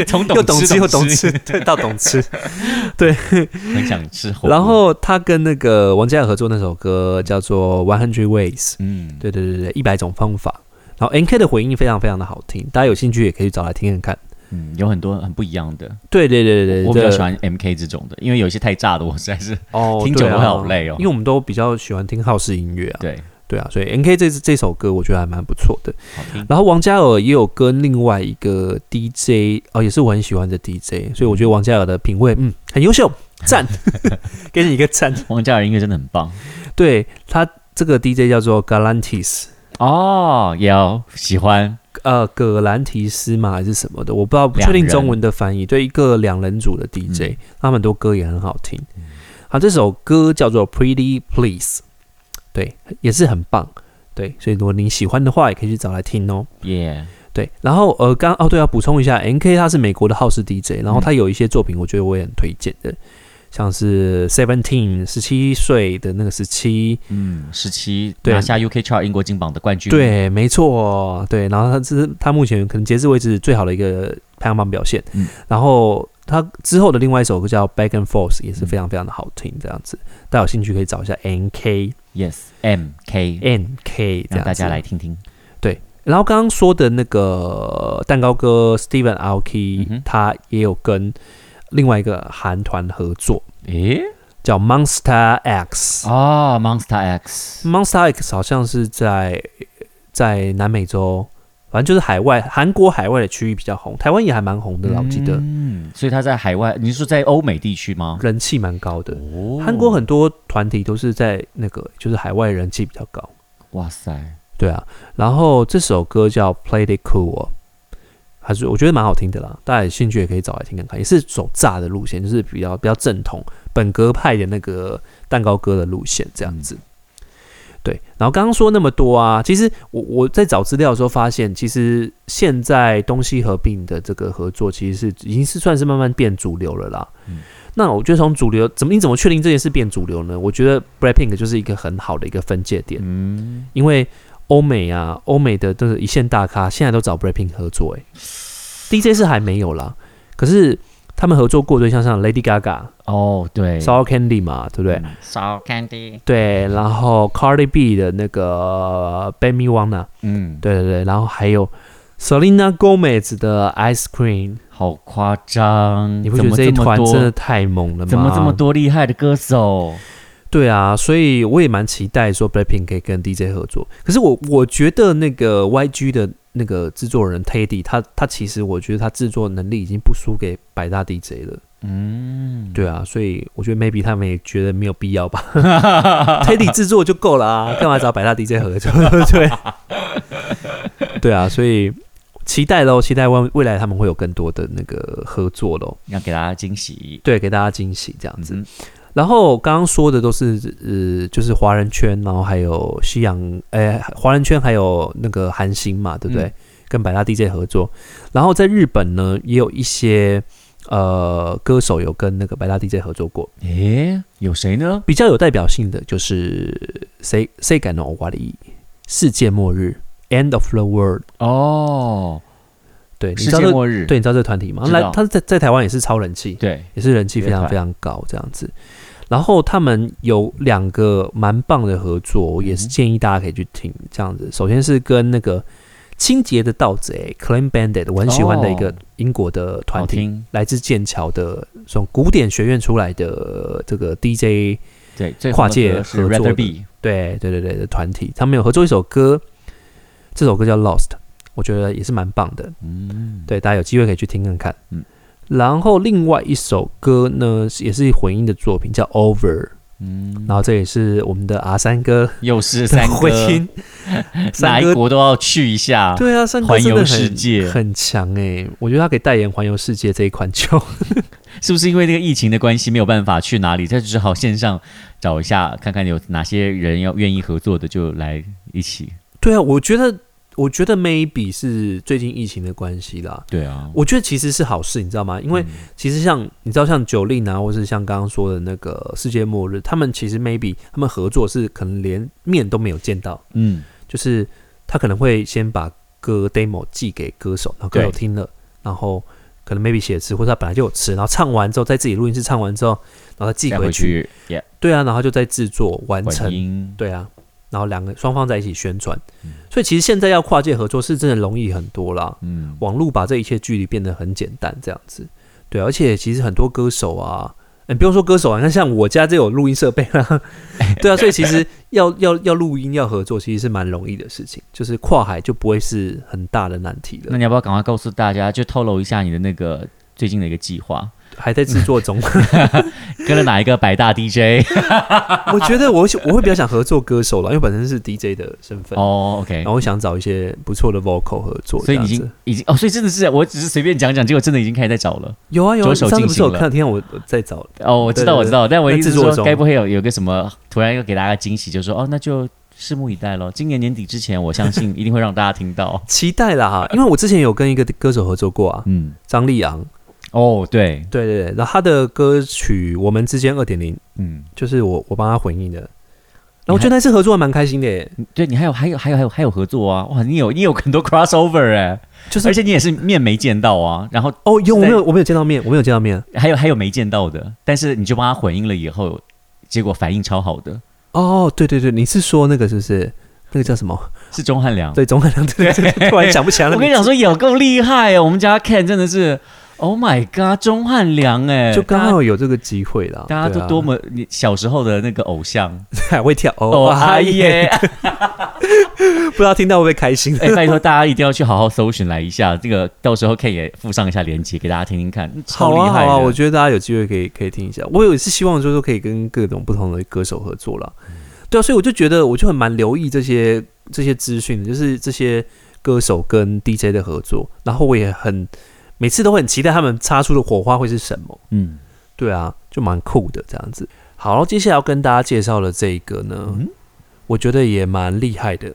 Speaker 2: 从
Speaker 1: 又
Speaker 2: 懂
Speaker 1: 懂 吃又懂吃，
Speaker 2: 吃，
Speaker 1: 对，到懂吃。
Speaker 2: 很想吃火锅。
Speaker 1: 然，后他跟那个王嘉尔合作那首歌叫做《One Hundred Ways》，
Speaker 2: 嗯，
Speaker 1: 对对对对，一百种方法。然后 NK 的回应非常非常的好听，大家有兴趣也可以找来听听看。
Speaker 2: 嗯，有很多很不一样的，
Speaker 1: 对对对对对，
Speaker 2: 我比较
Speaker 1: 对
Speaker 2: 喜欢 MK 这种的，因为有一些太炸的，我实在是
Speaker 1: 哦，
Speaker 2: 听久
Speaker 1: 对
Speaker 2: 了
Speaker 1: 啊
Speaker 2: 会好累哦
Speaker 1: 因为我们都比较喜欢听好式音乐啊，
Speaker 2: 对
Speaker 1: 对啊，所以 NK 这这首歌我觉得还蛮不错的。
Speaker 2: 好听。
Speaker 1: 然后王嘉尔也有跟另外一个 DJ 哦，也是我很喜欢的 DJ，所以我觉得王嘉尔的品味嗯很优秀， 赞，给你一个赞。
Speaker 2: 王嘉尔音乐真的很棒
Speaker 1: 对他这个 DJ 叫做 Galantis，
Speaker 2: 哦，有喜欢，
Speaker 1: 呃，葛兰提斯嘛还是什么的，我不知道，不确
Speaker 2: 两
Speaker 1: 定
Speaker 2: 人
Speaker 1: 中文的翻译。对，一个两人组的 DJ，、
Speaker 2: 嗯
Speaker 1: 他们很多歌也很好听。好，这首歌叫做《Pretty Please》，对，也是很棒。对，所以如果你喜欢的话，也可以去找来听哦。
Speaker 2: 耶，
Speaker 1: 对，然后呃，刚哦对，要补充一下，NK 他是美国的好事 DJ，然后
Speaker 2: 嗯
Speaker 1: 他有一些作品，我觉得我也很推荐的，像是 Seventeen 十七岁的那个十七，
Speaker 2: 嗯，十七
Speaker 1: 对
Speaker 2: 拿下 UK Chart 英国金榜的冠军，，
Speaker 1: 对，没错，对。然后他这是他目前可能截至为止最好的一个排行榜表现。
Speaker 2: 嗯
Speaker 1: 然后他之后的另外一首歌叫《Back and Forth》，也
Speaker 2: 嗯
Speaker 1: 是非常非常的好听，这样子。大家有兴趣可以找一下 N K
Speaker 2: Yes MK，
Speaker 1: N K 哎这
Speaker 2: 让
Speaker 1: 样
Speaker 2: 大家
Speaker 1: 子
Speaker 2: 来。听听。
Speaker 1: 然后刚刚说的那个蛋糕哥 Steven Aoki，、
Speaker 2: 嗯哼
Speaker 1: 他也有跟另外一个韩团合作，
Speaker 2: 诶，
Speaker 1: 叫 Monster X。
Speaker 2: 哦，Monster X，
Speaker 1: Monster X 好像是在在南美洲，反正就是海外韩国海外的区域比较红，台湾也还蛮红的啦，我记得、
Speaker 2: 嗯，所以他在海外，你是说在欧美地区吗？
Speaker 1: 人气蛮高的。
Speaker 2: 哦
Speaker 1: 韩国很多团体都是在那个就是海外人气比较高，
Speaker 2: 哇塞，
Speaker 1: 对啊。然后这首歌叫《Play It Cool》哦，还是我觉得蛮好听的啦，大家有兴趣也可以找来听看看，也是走炸的路线，就是比较比较正统本格派的那个蛋糕哥的路线这样子。对，然后刚刚说那么多啊，其实我我在找资料的时候发现，其实现在东西合并的这个合作，其实是已经是算是慢慢变主流了啦。
Speaker 2: 嗯
Speaker 1: 那我觉得从主流怎么你怎么确定这件事变主流呢？我觉得 Blackpink 就是一个很好的一个分界点，
Speaker 2: 嗯，
Speaker 1: 因为欧美啊，欧美的这个一线大咖现在都找 Blackpink 合作、欸，DJ 是还没有啦，可是他们合作过对象像 Lady Gaga、
Speaker 2: 哦，对，
Speaker 1: Sour Candy 嘛，对不对？
Speaker 2: 嗯
Speaker 3: So Candy.
Speaker 1: 对，然后 Cardi B 的那个 b a m y Wanna，
Speaker 2: 嗯，
Speaker 1: 对对对，然后还有 Selena Gomez 的 Ice Cream，
Speaker 2: 好夸张！
Speaker 1: 你不觉得这一
Speaker 2: 怎么
Speaker 1: 团
Speaker 2: 么多
Speaker 1: 真的啊太猛了吗？
Speaker 2: 怎么这么？多厉害的歌手？
Speaker 1: 对啊，所以我也蛮期待说 Blackpink 可以跟 DJ 合作。可是我我觉得那个 YG 的那个制作人 Teddy，他他其实我觉得他制作能力已经不输给百大 DJ 了。
Speaker 2: 嗯，
Speaker 1: 对啊，所以我觉得 maybe 他们也觉得没有必要吧，Teddy 制作就够了啊，干嘛找百大 DJ 合作？ 对不对，对啊，所以期待喽，期待未未来他们会有更多的那个合作喽，
Speaker 2: 要给大家惊喜。
Speaker 1: 对，给大家惊喜这样子。
Speaker 2: 嗯，
Speaker 1: 然后刚刚说的都是呃，就是华人圈，然后还有西洋，诶、华人圈还有那个韩星嘛，对不对？
Speaker 2: 嗯
Speaker 1: 跟百大 DJ 合作，然后在日本呢，也有一些呃歌手有跟那个白大 DJ 合作过，
Speaker 2: 诶，有谁呢？
Speaker 1: 比较有代表性的就是谁谁敢诺瓦里世界末日 End of the World，
Speaker 2: 哦，
Speaker 1: 对，你
Speaker 2: 世
Speaker 1: 知道
Speaker 2: 界
Speaker 1: 这
Speaker 2: 末日，
Speaker 1: 对，你知道这个团体吗？
Speaker 2: 知道
Speaker 1: 来，他在在台湾也是超人气，
Speaker 2: 对，
Speaker 1: 也是人气非
Speaker 2: 乐
Speaker 1: 常
Speaker 2: 团
Speaker 1: 非常高这样子。然后他们有两个蛮棒的合作，我也是
Speaker 2: 嗯
Speaker 1: 建议大家可以去听这样子。首先是跟那个清洁的盗贼 Clean Bandit，我很喜欢的一个
Speaker 2: 哦
Speaker 1: 英国的团
Speaker 2: 好
Speaker 1: 体，
Speaker 2: 听，
Speaker 1: 来自剑桥的这种古典学院出来的这个 DJ，
Speaker 2: 对，最
Speaker 1: 跨界
Speaker 2: 合
Speaker 1: 合作的
Speaker 2: Rather Be，
Speaker 1: 对对对对的团体，他们有合作一首歌，这首歌叫 Lost，我觉得也是蛮棒的。
Speaker 2: 嗯，
Speaker 1: 对，大家有机会可以去听看看。
Speaker 2: 嗯
Speaker 1: 然后另外一首歌呢，是也是混音的作品，叫《Over》，
Speaker 2: 嗯，
Speaker 1: 然后这也是我们的阿三哥
Speaker 2: 又是
Speaker 1: 的
Speaker 2: 三 哥
Speaker 1: 混，音。
Speaker 2: 哪
Speaker 1: 三
Speaker 2: 一
Speaker 1: 哥，
Speaker 2: 国都要去一下，
Speaker 1: 对啊，三哥
Speaker 2: 环
Speaker 1: 真的
Speaker 2: 游
Speaker 1: 很
Speaker 2: 世界
Speaker 1: 很强哎、我觉得他可以代言环游世界这一款 球。
Speaker 2: 是不是因为这个疫情的关系没有办法去哪里？他只好线上找一下，看看有哪些人要愿意合作的，就来一起。
Speaker 1: 对啊，我觉得，我觉得 maybe 是最近疫情的关系啦。
Speaker 2: 对啊，
Speaker 1: 我觉得其实是好事，你知道吗？因为其实像你知道，像九令啊，或是像刚刚说的那个世界末日，他们其实 maybe 他们合作是可能连面都没有见到，
Speaker 2: 嗯，
Speaker 1: 就是他可能会先把歌 demo 寄给歌手，然后歌手
Speaker 2: 对
Speaker 1: 听了，然后可能 maybe 写词，或者他本来就有词，然后唱完之后在自己录音室唱完之后，然后再寄
Speaker 2: 再
Speaker 1: 回
Speaker 2: 回
Speaker 1: 去。
Speaker 2: 去也
Speaker 1: 对啊，然后就在制作完
Speaker 2: 混
Speaker 1: 成。嗯
Speaker 2: 音，
Speaker 1: 对啊，然后两个双方在一起宣传，所以其实现在要跨界合作是真的容易很多啦。
Speaker 2: 嗯，
Speaker 1: 网络把这一切距离变得很简单，这样子。对啊，而且其实很多歌手啊，你、不用说歌手啊，你看像我家这有录音设备啦、 对啊，所以其实要要要录音要合作，其实是蛮容易的事情，就是跨海就不会是很大的难题
Speaker 2: 那
Speaker 1: 了。
Speaker 2: 你要不要赶快告诉大家，就透露一下你的那个最近的一个计划，
Speaker 1: 还在制作中，
Speaker 2: 跟了哪一个百大 DJ？
Speaker 1: 我觉得我我会比较想合作歌手了，因为本身是 DJ 的身份，
Speaker 2: 哦，OK
Speaker 1: 然。后我想找一些不错的 vocal 合作，
Speaker 2: 所以你已
Speaker 1: 这样
Speaker 2: 经
Speaker 1: 子
Speaker 2: 已经哦，所以真的是我只是随便讲讲，结果真的已经开始在找了。
Speaker 1: 有啊有啊，
Speaker 2: 着
Speaker 1: 你
Speaker 2: 手
Speaker 1: 上次不是有
Speaker 2: 进行了
Speaker 1: 看天我我在找
Speaker 2: 哦，我知
Speaker 1: 对
Speaker 2: 道，
Speaker 1: 对
Speaker 2: 我知道，但我
Speaker 1: 在
Speaker 2: 意思
Speaker 1: 制
Speaker 2: 是
Speaker 1: 作
Speaker 2: 说，
Speaker 1: 中
Speaker 2: 该不会有有个什么突然要给大家惊喜，就说哦，那就拭目以待咯。今年年底之前，我相信一定会让大家听 到。
Speaker 1: 期待啦哈，因为我之前有跟一个歌手合作过啊，
Speaker 2: 嗯，
Speaker 1: 张立昂，
Speaker 2: 哦，对，
Speaker 1: 对对对，然后他的歌曲《我们之间二点零》
Speaker 2: 嗯，
Speaker 1: 就是我我帮他混音的，然后我觉得那次合作还蛮开心的耶，
Speaker 2: 对你还有还有还有还有还有合作啊！哇，你有你有很多 crossover 哎、
Speaker 1: 就是
Speaker 2: 而且你也是面没见到啊，然后
Speaker 1: 哦有
Speaker 2: 是
Speaker 1: 我
Speaker 2: 在
Speaker 1: 没有我没有见到面，我没有见到面
Speaker 2: 还有还有没见到的，但是你就帮他混音了以后，结果反应超好的，
Speaker 1: 哦，对对对，你是说那个是不是那个叫什么？
Speaker 2: 是钟汉良。
Speaker 1: 对，钟汉良，对对 对，突然想不起来了，
Speaker 2: 我跟你讲说有够厉害哦，我们家 Ken 真的是，Oh my God，钟汉良哎，
Speaker 1: 就刚
Speaker 2: 大家
Speaker 1: 好有这个机会啦，啊
Speaker 2: 大家都多么你小时候的那个偶像
Speaker 1: 还会跳
Speaker 2: 哦，
Speaker 1: 哦，
Speaker 2: 阿
Speaker 1: 阿
Speaker 2: 姨，
Speaker 1: 姨，
Speaker 2: 哎，
Speaker 1: 不知道听到会不会开心？
Speaker 2: 拜托大家一定要去好好搜寻来一下，这个到时候 K 也附上一下链接给大家听听看，超
Speaker 1: 好
Speaker 2: 厉
Speaker 1: 啊，好
Speaker 2: 害的，
Speaker 1: 啊，我觉得大家有机会可以可以听一下。我有一次希望就是说可以跟各种不同的歌手合作啦。
Speaker 2: 嗯
Speaker 1: 对啊，所以我就觉得我就很蛮留意这些这些资讯的，就是这些歌手跟 DJ 的合作，然后我也很每次都会很期待他们擦出的火花会是什么。
Speaker 2: 嗯，
Speaker 1: 对啊，就蛮酷的这样子。好，然后接下来要跟大家介绍的这一个呢，
Speaker 2: 嗯
Speaker 1: 我觉得也蛮厉害的，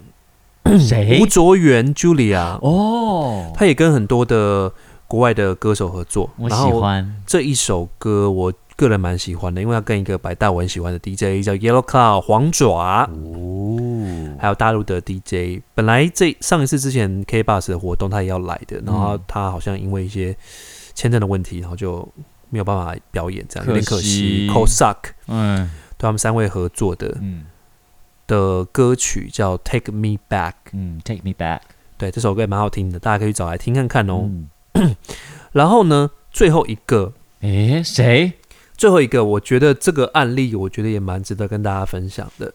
Speaker 2: 谁
Speaker 1: 吴？卓源 Julia，
Speaker 2: 哦，
Speaker 1: 他也跟很多的国外的歌手合作，
Speaker 2: 我
Speaker 1: 然
Speaker 2: 喜
Speaker 1: 后
Speaker 2: 欢，
Speaker 1: 这一首歌我个人蛮喜欢的，因为它跟一个白大我很喜欢的 DJ 叫 Yellow Cloud 黄爪，
Speaker 2: 哦，
Speaker 1: 还有大陆的 DJ。本来这上一次之前 K Bus 的活动他也要来的，然后他好像因为一些签证的问题，然后就没有办法表演，这样有点可惜。
Speaker 2: 可惜
Speaker 1: Cosac 对
Speaker 2: 嗯
Speaker 1: 他们三位合作的
Speaker 2: 嗯
Speaker 1: 的歌曲叫 Take Me Back，
Speaker 2: 嗯，Take me back，
Speaker 1: 对，这首歌也蛮好听的，大家可以找来听看看哦。
Speaker 2: 嗯，
Speaker 1: 然后呢，最后一个
Speaker 2: 诶，谁？
Speaker 1: 最后一个，我觉得这个案例，我觉得也蛮值得跟大家分享的。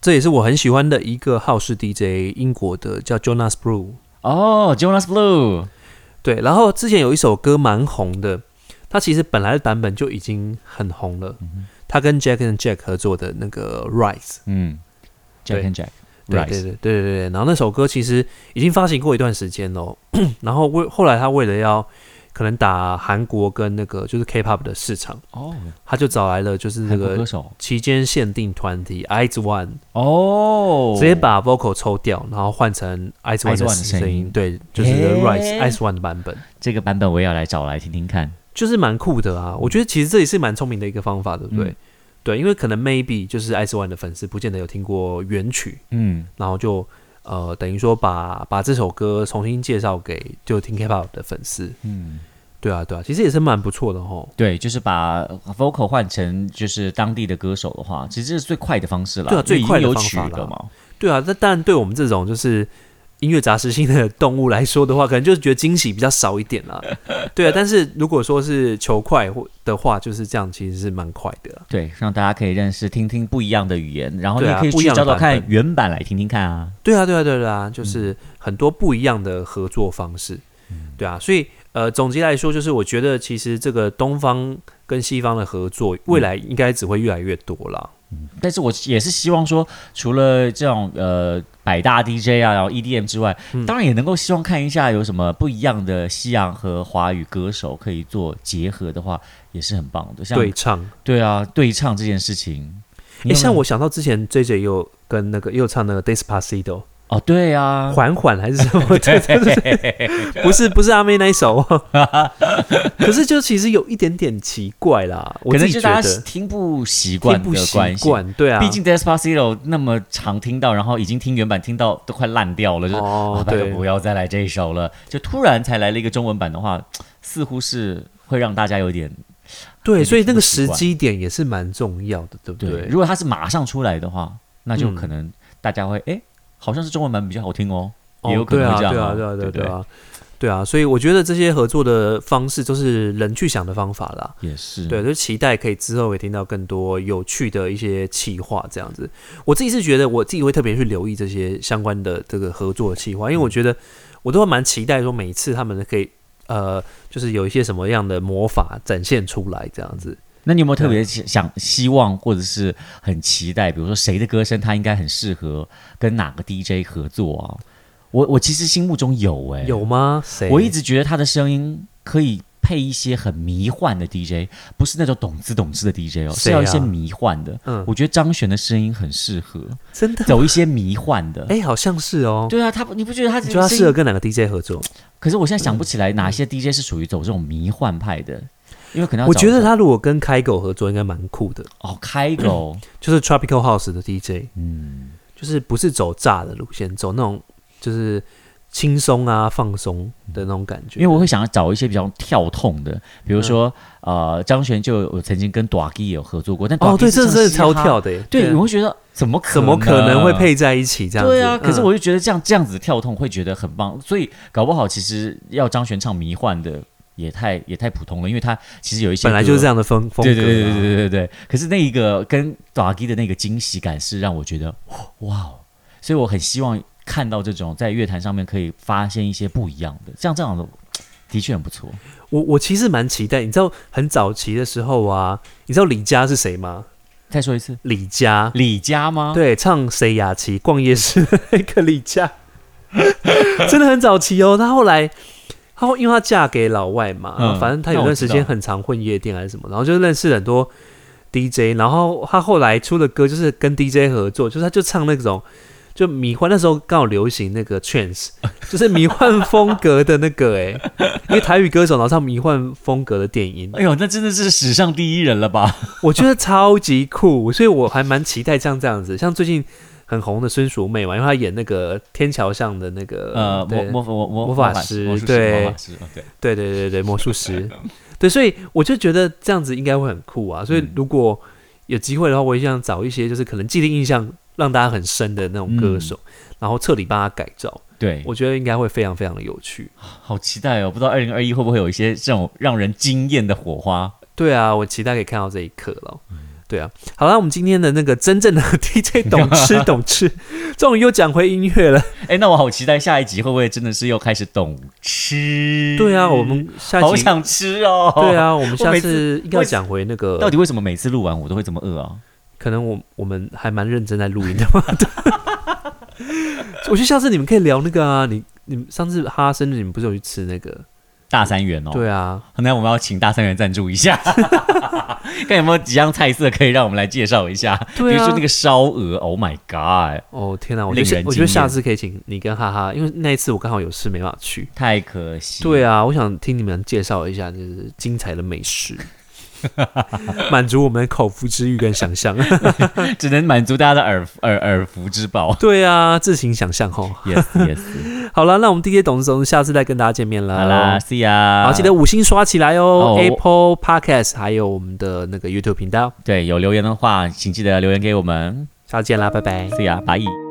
Speaker 1: 这也是我很喜欢的一个好事 DJ，英国的叫 Jonas Blue。
Speaker 2: 哦，Jonas Blue，
Speaker 1: 对，然后之前有一首歌蛮红的，它其实本来的版本就已经很红了。他跟 Jack and Jack 合作的那个 Rise，
Speaker 2: 嗯，Jack
Speaker 1: 对
Speaker 2: and Jack，
Speaker 1: 对
Speaker 2: Rise
Speaker 1: 对对对对对。然后那首歌其实已经发行过一段时间喽， 然后为后来他为了要可能打韩国跟那个就是 K-pop 的市场，
Speaker 2: 哦，
Speaker 1: 他就找来了就是那
Speaker 2: 韩国
Speaker 1: 个
Speaker 2: 歌手，
Speaker 1: 期间限定团体 IZ ONE，
Speaker 2: 哦，
Speaker 1: 直接把 vocal 抽掉，然后换成 Ice One
Speaker 2: Ice One
Speaker 1: 的
Speaker 2: 的
Speaker 1: 声
Speaker 2: 声
Speaker 1: 音
Speaker 2: 音，
Speaker 1: 对，就是
Speaker 2: 诶
Speaker 1: Rise Ice One 的版本。
Speaker 2: 这个版本我也要来找来听听看。
Speaker 1: 就是蛮酷的啊。我觉得其实这也是蛮聪明的一个方法，对不对？
Speaker 2: 嗯
Speaker 1: 对，因为可能 maybe 就是艾斯万的粉丝不见得有听过原曲，
Speaker 2: 嗯
Speaker 1: 然后就呃等于说把把这首歌重新介绍给就听 K-pop 的粉丝。
Speaker 2: 嗯，
Speaker 1: 对啊，对啊，其实也是蛮不错的吼。
Speaker 2: 对，就是把 vocal 换成就是当地的歌手的话，其实这是最快的方式了。
Speaker 1: 对啊最快的
Speaker 2: 有
Speaker 1: 方
Speaker 2: 曲
Speaker 1: 法啦
Speaker 2: 的嘛。
Speaker 1: 对啊，那但对我们这种就是音乐杂食性的动物来说的话，可能就是觉得惊喜比较少一点啦。对啊，但是如果说是求快或的话，就是这样，其实是蛮快的啦。
Speaker 2: 对，让大家可以认识、听听不一样的语言，然后你
Speaker 1: 对
Speaker 2: 也
Speaker 1: 啊
Speaker 2: 可以
Speaker 1: 不一
Speaker 2: 去
Speaker 1: 样的
Speaker 2: 找找
Speaker 1: 版本
Speaker 2: 看原版来听听看啊。
Speaker 1: 对啊，对啊，对啊对啊，
Speaker 2: 嗯
Speaker 1: 就是很多不一样的合作方式。对啊，所以呃，总结来说，就是我觉得其实这个东方跟西方的合作，
Speaker 2: 嗯
Speaker 1: 未来应该只会越来越多啦。
Speaker 2: 但是我也是希望说，除了这种呃百大 DJ 啊，然后 EDM 之外，
Speaker 1: 嗯
Speaker 2: 当然也能够希望看一下有什么不一样的西洋和华语歌手可以做结合的话，也是很棒的。像
Speaker 1: 对唱，
Speaker 2: 对啊，对唱这件事情，
Speaker 1: 哎，
Speaker 2: 你有没有
Speaker 1: 像我想到之前 J J 也有跟那个也有唱那个 Despacito，
Speaker 2: 哦，对啊，
Speaker 1: 缓缓还是什么？ 对对对，不是不是阿妹那一 首，可是就其实有一点点奇怪啦，我
Speaker 2: 可
Speaker 1: 自
Speaker 2: 能
Speaker 1: 己
Speaker 2: 就
Speaker 1: 觉
Speaker 2: 大
Speaker 1: 得
Speaker 2: 家听不习惯
Speaker 1: 听不
Speaker 2: 的
Speaker 1: 习
Speaker 2: 关系。
Speaker 1: 惯，对啊，
Speaker 2: 毕竟 Despacito 那么常听到，然后已经听原版听到都快烂掉了，就是、
Speaker 1: 哦
Speaker 2: 啊拜托
Speaker 1: 对
Speaker 2: 不要再来这一首了。就突然才来了一个中文版的话，似乎是会让大家有点
Speaker 1: 对，
Speaker 2: 有点
Speaker 1: 所以那
Speaker 2: 听
Speaker 1: 个
Speaker 2: 不
Speaker 1: 时
Speaker 2: 习惯
Speaker 1: 机点也是蛮重要的，对不
Speaker 2: 对，
Speaker 1: 对？
Speaker 2: 如果它是马上出来的话，那就
Speaker 1: 嗯
Speaker 2: 可能大家会哎、诶好像是中文版比较好听哦，
Speaker 1: 哦
Speaker 2: 也有可能会这样
Speaker 1: 对啊，
Speaker 2: 啊
Speaker 1: 对啊，对啊，
Speaker 2: 对不
Speaker 1: 对啊，对啊，所以我觉得这些合作的方式都是人去想的方法啦。
Speaker 2: 也是
Speaker 1: 对，就期待可以之后也听到更多有趣的一些企划这样子。我自己是觉得我自己会特别去留意这些相关的这个合作的企划，因为
Speaker 2: 嗯
Speaker 1: 我觉得我都会蛮期待说每一次他们可以呃，就是有一些什么样的魔法展现出来这样子。
Speaker 2: 那你有没有特别想希望或者是很期待，比如说谁的歌声他应该很适合跟哪个 DJ 合作啊？我我其实心目中有哎、
Speaker 1: 有欸吗？谁？
Speaker 2: 我一直觉得他的声音可以配一些很迷幻的 DJ，不是那种懂字懂字的 DJ 哦，是
Speaker 1: 谁
Speaker 2: 要
Speaker 1: 啊
Speaker 2: 一些迷幻的。
Speaker 1: 嗯
Speaker 2: 我觉得张悬的声音很适合
Speaker 1: 真的
Speaker 2: 走一些迷幻的。
Speaker 1: 哎、好像是哦。
Speaker 2: 对啊，他不你不觉得他
Speaker 1: 你
Speaker 2: 这
Speaker 1: 觉
Speaker 2: 个
Speaker 1: 得他
Speaker 2: 声
Speaker 1: 适合
Speaker 2: 音？
Speaker 1: 跟哪嗯个 DJ 合作？
Speaker 2: 可是我现在想不起来哪些 DJ 是属于走这种迷幻派的，因为可能要
Speaker 1: 我
Speaker 2: 找
Speaker 1: 觉得
Speaker 2: 一个
Speaker 1: 他如果跟开狗合作，应该蛮酷的，
Speaker 2: 哦开狗，
Speaker 1: 就是 Tropical House 的 DJ。
Speaker 2: 嗯，
Speaker 1: 就是不是走炸的路线，走那种就是轻松啊、放松的那种感觉。嗯
Speaker 2: 因为我会想要找一些比较跳痛的，比如说、呃张悬就有我曾经跟 d a g 有合作过，但 d a
Speaker 1: 哦，对，这真的
Speaker 2: 是
Speaker 1: 超
Speaker 2: 唱嘻哈
Speaker 1: 跳，的耶，啊
Speaker 2: 对，我会觉得怎么可啊
Speaker 1: 怎么可能会？配在一起这样子？
Speaker 2: 对啊，可是
Speaker 1: 嗯
Speaker 2: 我就觉得这样这样子的跳痛会觉得很棒，所以搞不好其实要张悬唱迷幻的也太也太普通了，因为他其实有一些
Speaker 1: 本来就是
Speaker 2: 样。
Speaker 1: 这样的风风格
Speaker 2: 对
Speaker 1: 啊，
Speaker 2: 对对对对对对。可是那一个跟 d a g 的那个惊喜感是让我觉得哇哦，所以我很希望看到这种在乐坛上面可以发现一些不一样的，像这样的的确很不错。
Speaker 1: 我我其实蛮期待，你知道很早期的时候啊，你知道李佳是谁吗？
Speaker 2: 再说一次，
Speaker 1: 李佳。
Speaker 2: 李佳吗？
Speaker 1: 对，唱《谁雅琪》逛夜市的那个李佳， 真的很早期哦。她后来，她后因为她嫁给老外嘛，
Speaker 2: 嗯
Speaker 1: 反正她有
Speaker 2: 那我
Speaker 1: 段时
Speaker 2: 知
Speaker 1: 间
Speaker 2: 道
Speaker 1: 很常混夜店还啊是什么，然后就认识很多 DJ。然后她后来出的歌就是跟 DJ 合作，就是她就唱那种就迷幻，那时候刚好流行那个 trance，就是 迷幻风格的那个哎、因为台语歌手然后唱迷幻风格的电音，
Speaker 2: 哎呦，那真的是史上第一人了吧？
Speaker 1: 我觉得超级酷，所以我还蛮期待像这样子，像最近很红的孙淑媚嘛，因为她演那个天桥上的那个
Speaker 2: 呃，魔
Speaker 1: 对
Speaker 2: 魔魔魔
Speaker 1: 魔法师
Speaker 2: 师，魔术
Speaker 1: 对
Speaker 2: 魔法师，哦对，
Speaker 1: 对对对对魔术师，对，所以我就觉得这样子应该会很酷啊。所以如果有机会的话，我也想找一些就是可能既定印象让大家很深的那种歌手，
Speaker 2: 嗯
Speaker 1: 然后彻底帮他改造，
Speaker 2: 对，
Speaker 1: 我觉得应该会非常非常的有趣。
Speaker 2: 好期待哦！不知道二零二一会不会有一些这种让人惊艳的火花？
Speaker 1: 对啊，我期待可以看到这一刻了。
Speaker 2: 嗯
Speaker 1: 对啊，好了，我们今天的那个真正的 DJ 懂 吃懂吃，终于又讲回音乐了。
Speaker 2: 哎，那我好期待下一集会不会真的是又开始懂吃？
Speaker 1: 对啊，我们下
Speaker 2: 好
Speaker 1: 集
Speaker 2: 想吃哦！
Speaker 1: 对，啊，我们
Speaker 2: 我
Speaker 1: 下
Speaker 2: 每
Speaker 1: 次
Speaker 2: 次
Speaker 1: 应该要讲回那
Speaker 2: 到
Speaker 1: 个，
Speaker 2: 底为什么每次录完我都会这么饿啊？
Speaker 1: 可能我我们还蛮认真在录音的嘛。 我觉得下次你们可以聊那个啊，你你们上次哈生日你们不是有去吃那个
Speaker 2: 大三元哦。
Speaker 1: 对 啊，
Speaker 2: 那我们要请大三元赞助 一下，看有没有几样菜色可以让我们来介绍一下。
Speaker 1: 对啊
Speaker 2: 比如说那个烧鹅，Oh my God，
Speaker 1: 哦天哪，我觉得
Speaker 2: 令
Speaker 1: 下
Speaker 2: 人
Speaker 1: 我觉得
Speaker 2: 惊艳
Speaker 1: 下次可以请你跟哈哈，因为那一次我刚好有事没办法去。
Speaker 2: 太可惜。
Speaker 1: 对啊，我想听你们介绍一下，就是精彩的美食， 满足我们的口腹之欲跟想象。
Speaker 2: 只能满足大家的耳耳耳福之报。
Speaker 1: 对啊，自行想象吼。
Speaker 2: yes yes，
Speaker 1: 好了，那我们 DJ 董事总下次再跟大家见面啦。
Speaker 2: 好啦，See ya。
Speaker 1: 好，记得五星刷起来
Speaker 2: 哦
Speaker 1: 哦
Speaker 2: 我
Speaker 1: ，Apple Podcast，还有我们的那个 YouTube 频道。
Speaker 2: 对有留言的话，请记得留言给我们。
Speaker 1: 下次见啦，拜拜。
Speaker 2: See ya，拜。